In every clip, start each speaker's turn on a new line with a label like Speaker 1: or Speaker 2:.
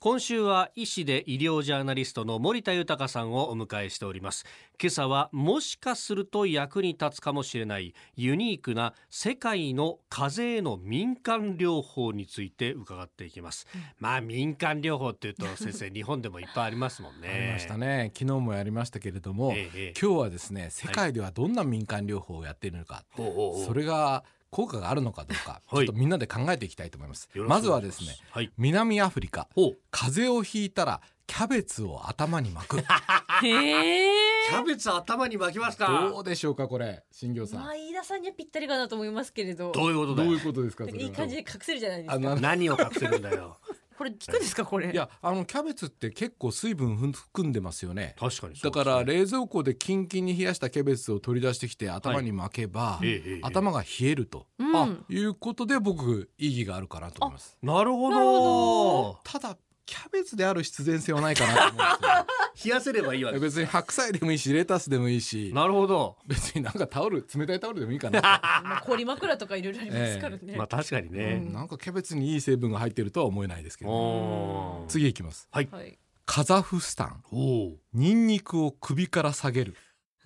Speaker 1: 今週は医師で医療ジャーナリストの森田豊さんをお迎えしております今朝はもしかすると役に立つかもしれないユニークな世界の風邪への民間療法について伺っていきます、まあ民間療法っていうと 先生日本でもいっぱいありますもんね
Speaker 2: ありましたね昨日もやりましたけれども、
Speaker 1: ええええ
Speaker 2: 今日はですね世界ではどんな民間療法をやっているのか、
Speaker 1: ほうほうほう
Speaker 2: それが効果があるのかどうか、
Speaker 1: はい
Speaker 2: ちょっとみんなで考えていきたいと思います
Speaker 1: よろしく
Speaker 2: まずはですね
Speaker 1: はい
Speaker 2: 南アフリカ
Speaker 1: ほう
Speaker 2: 風邪をひいたらキャベツを頭 に巻く
Speaker 3: へえ。
Speaker 1: キャベツ頭に巻きますか
Speaker 2: どうでしょうかこれ新業さ
Speaker 3: ま
Speaker 2: ん
Speaker 3: あ飯田さんにはぴったりかなと思いますけれど。
Speaker 1: どういうこと
Speaker 2: ど
Speaker 1: だ
Speaker 2: う
Speaker 1: よ
Speaker 2: いうことですかそれはい
Speaker 3: い感じで隠せるじゃないで
Speaker 2: あ
Speaker 3: すか。
Speaker 2: の
Speaker 1: 何を隠せるんだよ
Speaker 3: これ聞くんですかこれ。
Speaker 2: いやあのキャベツって結構水分含んでますよね
Speaker 1: 確かにそう
Speaker 2: だ
Speaker 1: ですね
Speaker 2: から冷蔵庫でキンキンに冷やしたキャベツを取り出してきて頭に巻けば、
Speaker 1: ええええ
Speaker 2: 頭が冷えると、
Speaker 3: うん
Speaker 2: あいうことで僕意義があるかなと思います
Speaker 1: なるほど
Speaker 3: なるほ
Speaker 2: ただキャベツである必然性はないかなと思うんですよ
Speaker 1: 冷やせればいいわ
Speaker 2: い
Speaker 1: け
Speaker 2: や別に白菜でもいいしレタスでもいいし
Speaker 1: なるほど
Speaker 2: 別になんかタオル冷たいタオルでもいい かな、
Speaker 3: まあ氷枕とかいろいろありますからね。
Speaker 1: まあ確かにね、
Speaker 2: なんかキャベツにいい成分が入ってるとは思えないですけど
Speaker 1: おー
Speaker 2: 次いきます
Speaker 3: はい。
Speaker 2: カザフスタン
Speaker 1: お
Speaker 2: ニンニクを首から下げる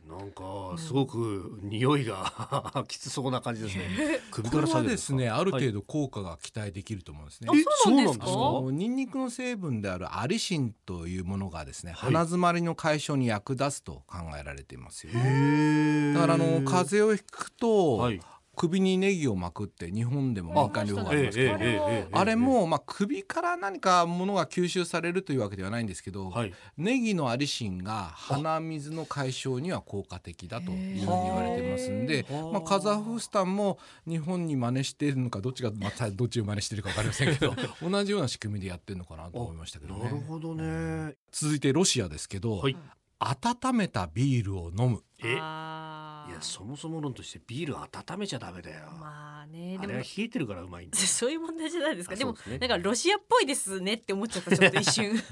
Speaker 1: ーなんかすごく匂いが きつそうな感じですね。首
Speaker 2: こ
Speaker 1: か
Speaker 2: れ
Speaker 1: ら下
Speaker 2: は
Speaker 1: げるん
Speaker 2: ですす
Speaker 1: か
Speaker 2: ねある
Speaker 1: はい
Speaker 2: 程度効果が期待できると思うんですね、
Speaker 3: あそうなんです
Speaker 1: え
Speaker 3: か
Speaker 2: あのニンニクの成分であるアリシンというものがですね、
Speaker 1: はい
Speaker 2: 鼻づまりの解消に役立つと考えられていますよ、
Speaker 1: へ
Speaker 2: だからあの風邪をひくと、
Speaker 1: はい
Speaker 2: 首にネギを巻くって日本でも民間療法がありますけど、
Speaker 3: あええええ
Speaker 2: あれも、まあ、首から何かものが吸収されるというわけではないんですけど、
Speaker 1: はい
Speaker 2: ネギのアリシンが鼻水の解消には効果的だというふうに言われてますんで
Speaker 1: へ、ー
Speaker 2: まあ、カザフスタンも日本に真似しているのかどっちが、まあ、どっちを真似しているか分かりません けど同じような仕組みでやってるのかなと思いましたけど
Speaker 1: なる
Speaker 2: ね
Speaker 1: ほどね。
Speaker 2: 続いてロシアですけど、
Speaker 1: はい
Speaker 2: 温めたビールを飲む
Speaker 1: え
Speaker 3: あー
Speaker 1: いやそもそも論としてビール温めちゃダメだよ。
Speaker 3: まあね
Speaker 1: あれ
Speaker 3: で
Speaker 1: は
Speaker 3: も
Speaker 1: 冷。えてるからうまいんだ。
Speaker 3: そういう問題じゃないです
Speaker 1: あ
Speaker 3: か。でも
Speaker 1: そうですね
Speaker 3: なんかロシアっぽいですねって思っちゃったちょっと一瞬。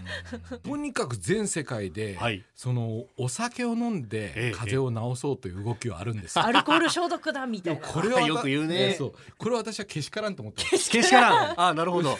Speaker 2: とにかく全世界で、
Speaker 1: はい
Speaker 2: そのお酒を飲ん
Speaker 1: ええ
Speaker 2: で風邪を治そうという動きはあるんですよ
Speaker 3: アルコール消毒だみたいな。
Speaker 2: これは
Speaker 1: よく言うね
Speaker 2: いやそうこれは私はけしからんと思ってます
Speaker 1: けしからん。あなるほど。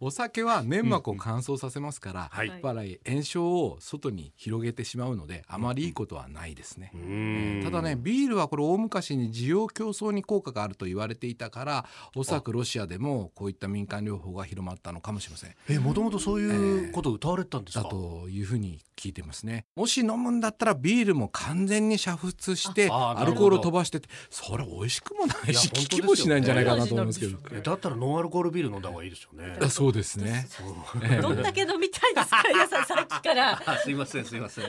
Speaker 2: お酒は粘膜を乾燥させますか ら、
Speaker 1: はい。
Speaker 3: は
Speaker 1: う
Speaker 3: い
Speaker 2: やっぱり炎症を外に広げてしまうのであまりいいことはないですね。
Speaker 1: ーん
Speaker 2: ただねビールはこれ大昔に需要競争に効果があると言われていたからおそらくロシアでもこういった民間療法が広まったのかもしれません
Speaker 1: えもともとそういうことを歌われてたんですか。
Speaker 2: だというふうに聞いてますねもし飲むんだったらビールも完全に煮沸して
Speaker 1: ああー
Speaker 2: アルコールを飛ばしてってそれ美味しくもないし
Speaker 1: いや
Speaker 2: 効きもしないんじゃないかなと思うんですけど
Speaker 3: 本当
Speaker 1: えだったらノンアルコールビール飲んだ方がいいですよね。
Speaker 2: あそうですね
Speaker 3: どんだけ飲みたいですか皆さんさっきから。
Speaker 1: あすいませんすいません。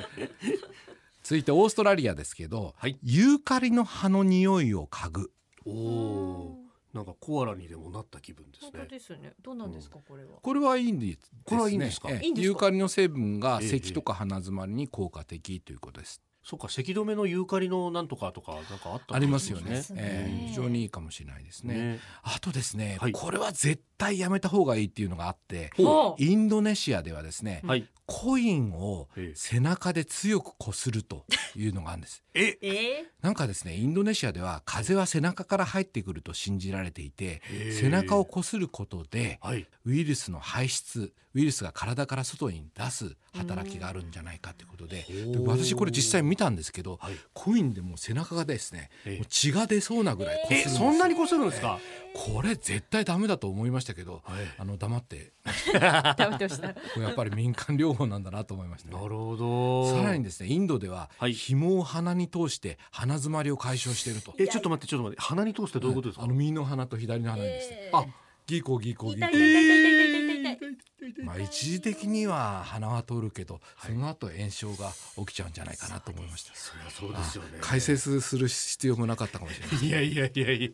Speaker 2: 続いてオーストラリアですけど、
Speaker 1: はい
Speaker 2: ユーカリの葉の匂いを嗅ぐ
Speaker 1: おおー、なんかコアラにでもなった気分です
Speaker 3: 本当
Speaker 1: ね。
Speaker 3: ですね。どうなんですかこれは。
Speaker 2: これはいいんです、ね。
Speaker 1: これはいいんですか
Speaker 2: ええ
Speaker 3: いいんですか
Speaker 2: ユーカリの成分が
Speaker 1: ええ
Speaker 2: 咳とか鼻づまりに効果的ということです。
Speaker 1: そっか、咳止めのユーカリのなんとかとか、なんかあった
Speaker 2: ありますよ
Speaker 3: いい
Speaker 2: ね
Speaker 3: です。ね
Speaker 2: ええ非常にいいかもしれないですね。
Speaker 1: ね。
Speaker 2: あとですね、
Speaker 1: はい
Speaker 2: これは絶対やめた方がいいっていうのがあって、
Speaker 3: ほう
Speaker 2: インドネシアではですね、
Speaker 1: はい。
Speaker 2: コインを
Speaker 1: ええ
Speaker 2: 背中で強くこするというのがあるん です。
Speaker 1: え、
Speaker 3: ええ。
Speaker 2: なんかですねインドネシアでは風は背中から入ってくると信じられていて
Speaker 1: へえ
Speaker 2: 背中をこすることで
Speaker 1: はい。
Speaker 2: ウイルスの排出ウイルスが体から外に出す働きがあるんじゃないかということで
Speaker 1: うん
Speaker 2: で
Speaker 1: ほう
Speaker 2: 私これ実際見たんですけど、
Speaker 1: はい
Speaker 2: コインでもう背中がですね
Speaker 1: ええ
Speaker 2: もう血が出そうなぐらいこするん
Speaker 1: え、
Speaker 2: です
Speaker 1: そんなにこするんですか。
Speaker 2: これ絶対ダメだと思いましたけど、
Speaker 1: はい
Speaker 2: あの黙って
Speaker 3: 食べてました。
Speaker 2: これやっぱり民間療法なんだなと思いましたね、
Speaker 1: なるほど。
Speaker 2: さらに。ですねインドでは
Speaker 1: はい
Speaker 2: 紐を鼻に通して鼻づまりを解消していると。
Speaker 1: え、ちょっと待って、ちょっと待って、鼻に通してどういうことです
Speaker 2: あ
Speaker 1: か
Speaker 2: の。右の鼻と左の鼻にですね、
Speaker 3: ええ
Speaker 2: あギーコーギーコーギーコ
Speaker 3: 痛い
Speaker 2: ー、
Speaker 3: 痛い痛い痛い痛い痛い痛い
Speaker 2: まあ、一時的には鼻は通るけど、その後炎症が起きちゃうんじゃないかなと思いました
Speaker 1: そりゃそうですよね。
Speaker 2: 解説する必要もなかったかもしれない
Speaker 1: いやいやいやい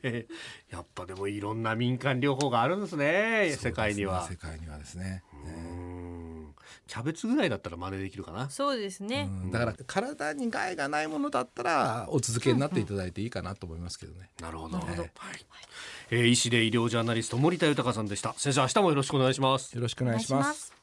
Speaker 1: や。やっぱでもいろんな民間療法があるんですね。 世界には
Speaker 2: そう。ですね世界にはですね、
Speaker 1: うーんキャベツぐらいだったら真似できるかな。
Speaker 3: そうですね。
Speaker 2: うんだから体に害がないものだったらお続けになっていただいていいかなと思いますけどね、
Speaker 1: なるほど。はい。えー医師で医療ジャーナリスト森田豊さんでした。先生、明日もよろしくお願いします。
Speaker 2: よろしくお願いします
Speaker 3: す。